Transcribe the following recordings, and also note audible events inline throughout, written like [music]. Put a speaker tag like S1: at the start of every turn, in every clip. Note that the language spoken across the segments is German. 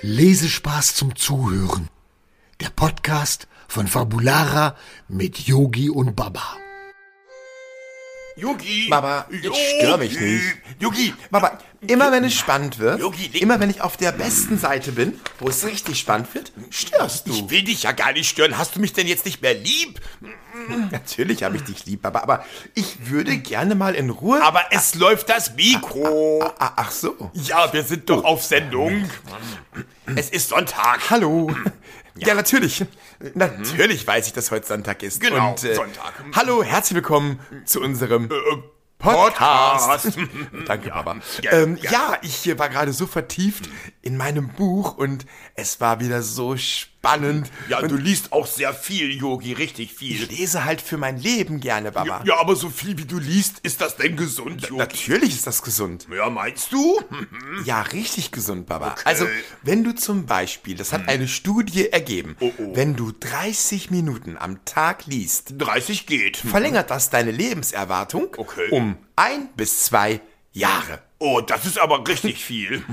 S1: Lesespaß zum Zuhören. Der Podcast von Fabulara mit Yogi und Baba.
S2: Yogi!
S3: Baba,
S2: Yogi,
S3: jetzt stör mich nicht.
S2: Yogi!
S3: Baba, immer wenn es spannend wird,
S2: Yogi, leg-
S3: immer wenn ich auf der besten Seite bin, wo es richtig spannend wird, störst du.
S2: Ich will dich ja gar nicht stören. Hast du mich denn jetzt nicht mehr lieb?
S3: Natürlich habe ich dich lieb, Baba, aber ich würde gerne mal in Ruhe...
S2: Aber es läuft das Mikro.
S3: Ah, ach so.
S2: Ja, wir sind doch auf Sendung. Es ist Sonntag.
S3: Hallo. Ja, natürlich. Natürlich weiß ich, dass heute Sonntag ist.
S2: Genau,
S3: Und, äh,
S2: Sonntag. Äh,
S3: Hallo, herzlich willkommen zu unserem Podcast.
S2: Podcast.
S3: Danke, Baba.
S2: Ja,
S3: ähm,
S2: ja. Hm.
S3: ja. ich äh, war gerade so vertieft in meinem Buch und es war wieder so spannend.
S2: [laughs] Ja,
S3: und
S2: du liest auch sehr viel, Yogi, richtig viel.
S3: ich lese halt für mein Leben gerne, Baba.
S2: Ja, aber so viel wie du liest, ist das denn gesund, Yogi?
S3: Natürlich ist das gesund.
S2: Ja, meinst du? [laughs] Hm.
S3: Ja, richtig gesund, Baba. Also, wenn du zum Beispiel, das hat eine Studie ergeben,
S2: Hm. oh.
S3: wenn du 30 Minuten am Tag liest,
S2: 30 geht.
S3: verlängert das deine Lebenserwartung
S2: Okay.
S3: um ein bis zwei Jahre.
S2: Oh, das ist aber richtig viel.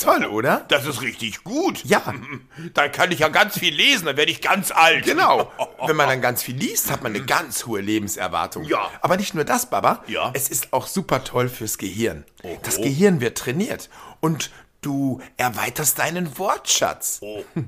S3: Toll, oder?
S2: Das ist richtig gut.
S3: Ja.
S2: [laughs] Dann kann ich ja ganz viel lesen, dann werde ich ganz alt.
S3: Genau.
S2: [laughs]
S3: Wenn man dann ganz viel liest, hat man eine ganz hohe Lebenserwartung.
S2: Ja.
S3: Aber nicht nur das, Baba.
S2: Ja.
S3: Es ist auch super toll fürs Gehirn. Das Gehirn wird trainiert und du erweiterst deinen Wortschatz.
S2: Oh.
S3: [laughs]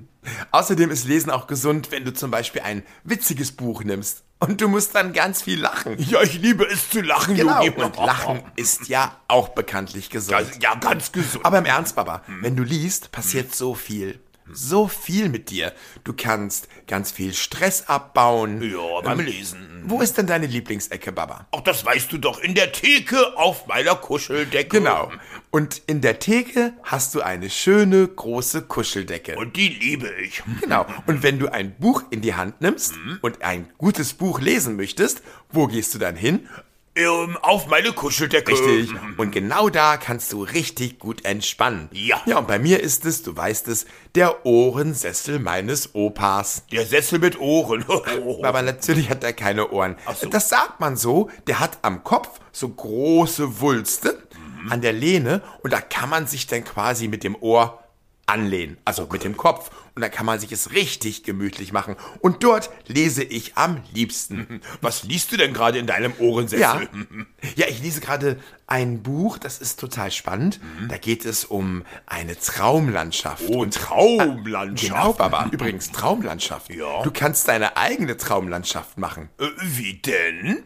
S3: Außerdem ist Lesen auch gesund, wenn du zum Beispiel ein witziges Buch nimmst und du musst dann ganz viel lachen.
S2: Ja, ich liebe es zu lachen, Yogi.
S3: Genau, Und Lachen ist ja auch bekanntlich gesund.
S2: Das, ja, ganz gesund. Hm.
S3: Aber im Ernst, Baba, wenn du liest, passiert so viel. So viel mit dir. Du kannst ganz viel Stress abbauen. Ähm,
S2: Ja, beim Lesen.
S3: Wo ist denn deine Lieblingsecke, Baba?
S2: Auch das weißt du doch. In der Theke auf meiner Kuscheldecke.
S3: Genau. Und in der Theke hast du eine schöne große Kuscheldecke.
S2: Und Hm. die liebe ich.
S3: genau. Und wenn du ein Buch in die Hand nimmst
S2: Hm.
S3: und ein gutes Buch lesen möchtest, wo gehst du dann hin?
S2: Ähm, auf meine Kuscheldecke.
S3: Richtig.
S2: Ähm, mhm.
S3: Und genau da kannst du richtig gut entspannen.
S2: Ja.
S3: Ja, und bei mir ist es, du weißt es, der Ohrensessel meines Opas.
S2: Der Sessel mit Ohren. [laughs]
S3: Äh,
S2: Oh.
S3: Aber natürlich hat er keine Ohren.
S2: so.
S3: Das sagt man so, der hat am Kopf so große Wulste
S2: Mhm.
S3: an der Lehne und da kann man sich dann quasi mit dem Ohr anlehnen, also mit dem Kopf. Und da kann man sich es richtig gemütlich machen. Und dort lese ich am liebsten.
S2: Was liest du denn gerade in deinem Ohrensessel?
S3: Ja.
S2: [laughs]
S3: ja, ich lese gerade ein Buch, das ist total spannend. Da geht es um eine Traumlandschaft.
S2: Mhm. Oh,
S3: Genau,
S2: Traumlandschaft.
S3: Baba. Übrigens, Traumlandschaft.
S2: Ja.
S3: Du kannst deine eigene Traumlandschaft machen.
S2: Äh, wie denn?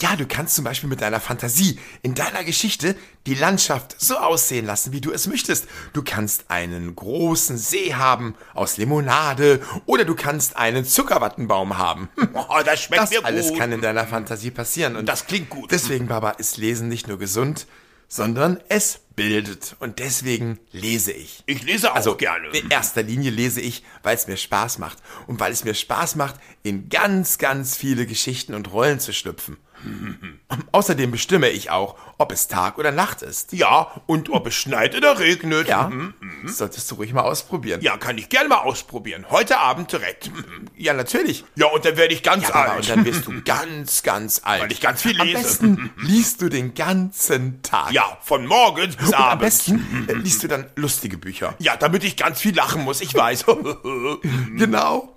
S3: Ja, du kannst zum Beispiel mit deiner Fantasie in deiner Geschichte die Landschaft so aussehen lassen, wie du es möchtest. Du kannst einen großen See haben aus Limonade oder du kannst einen Zuckerwattenbaum haben. [laughs]
S2: Oh, das schmeckt
S3: Das
S2: mir
S3: alles
S2: gut.
S3: kann in deiner Fantasie passieren und
S2: Das klingt gut.
S3: Deswegen, Baba, ist Lesen nicht nur gesund, sondern es bildet und deswegen lese ich.
S2: ich lese auch
S3: Also,
S2: gerne.
S3: In erster Linie lese ich, weil es mir Spaß macht. Und weil es mir Spaß macht, in ganz, ganz viele Geschichten und Rollen zu schlüpfen. [laughs] Außerdem bestimme ich auch, ob es Tag oder Nacht ist.
S2: Ja, und ob es schneit oder regnet. Mhm,
S3: Ja, das solltest du ruhig mal ausprobieren.
S2: Ja, kann ich gerne mal ausprobieren. Heute Abend direkt.
S3: ja natürlich.
S2: Ja, und dann werde ich ganz
S3: Ja, Baba,
S2: alt.
S3: und dann wirst
S2: [laughs]
S3: du ganz, ganz alt.
S2: Weil ich ganz viel lese.
S3: Am besten liest du den ganzen Tag.
S2: ja, von morgens bis
S3: Und am
S2: abends.
S3: besten
S2: [laughs]
S3: äh, liest du dann lustige Bücher.
S2: Ja, damit ich ganz viel lachen muss, ich weiß. [laughs]
S3: Genau.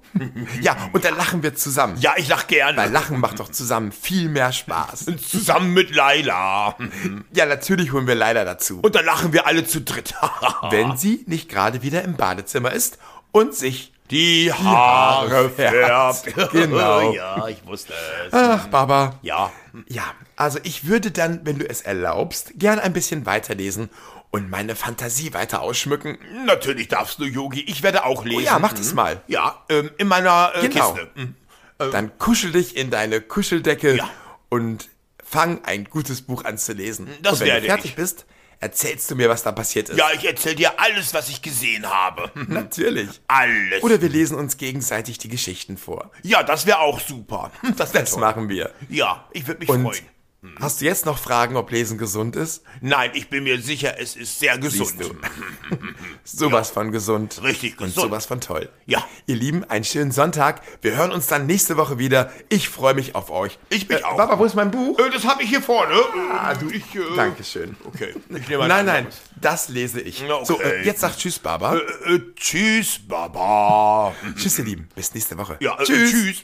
S3: Ja, und dann lachen wir zusammen.
S2: ja, ich lach gerne.
S3: Weil Lachen macht doch zusammen viel mehr Spaß.
S2: Zusammen mit Laila.
S3: Ja, natürlich holen wir leider dazu.
S2: Und dann lachen wir alle zu dritt. [laughs]
S3: wenn sie nicht gerade wieder im Badezimmer ist und sich.
S2: Die Haare
S3: Haare
S2: färbt.
S3: färbt. Genau.
S2: [laughs] ja, ich wusste es.
S3: Ach, Baba.
S2: Ja.
S3: Ja, also ich würde dann, wenn du es erlaubst, gern ein bisschen weiterlesen und meine Fantasie weiter ausschmücken.
S2: Natürlich darfst du, Yogi. Ich werde auch lesen.
S3: Oh ja, mach das mal.
S2: Ja, ähm, in meiner äh,
S3: Genau.
S2: Kiste. Mhm.
S3: Dann kuschel dich in deine Kuscheldecke
S2: Ja.
S3: und fang ein gutes Buch an zu lesen.
S2: Das
S3: und wenn
S2: werde
S3: du fertig
S2: ich.
S3: bist, erzählst du mir, was da passiert ist.
S2: Ja, ich erzähl dir alles, was ich gesehen habe.
S3: natürlich.
S2: Alles.
S3: Oder wir lesen uns gegenseitig die Geschichten vor.
S2: ja, das wäre auch super. [laughs] Das, wär
S3: Das
S2: toll.
S3: machen wir.
S2: Ja, ich würde mich
S3: Und
S2: freuen. Mhm.
S3: Hast du jetzt noch Fragen, ob Lesen gesund ist?
S2: Nein, ich bin mir sicher, es ist sehr gesund.
S3: Sowas von gesund.
S2: Richtig
S3: Und
S2: gesund.
S3: sowas von toll.
S2: Ja.
S3: Ihr Lieben, einen schönen Sonntag. Wir hören uns dann nächste Woche wieder. Ich freue mich auf euch.
S2: Ich mich auch.
S3: Papa, wo ist mein Buch?
S2: Äh, Das habe ich hier vorne. Ah, du. Ich, äh,
S3: Dankeschön.
S2: Okay. Ich nehme ein
S3: Nein, nein,
S2: anderes.
S3: das lese ich.
S2: Na, okay.
S3: So, äh, jetzt sag Tschüss, Baba.
S2: Äh, äh, tschüss, Baba.
S3: Tschüss, ihr Lieben. Bis nächste Woche.
S2: Ja, äh,
S3: tschüss.
S2: tschüss.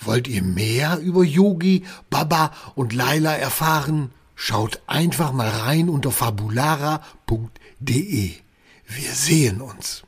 S1: Wollt ihr mehr über Yogi, Baba und Laila erfahren? Schaut einfach mal rein unter fabulara.de. Wir sehen uns.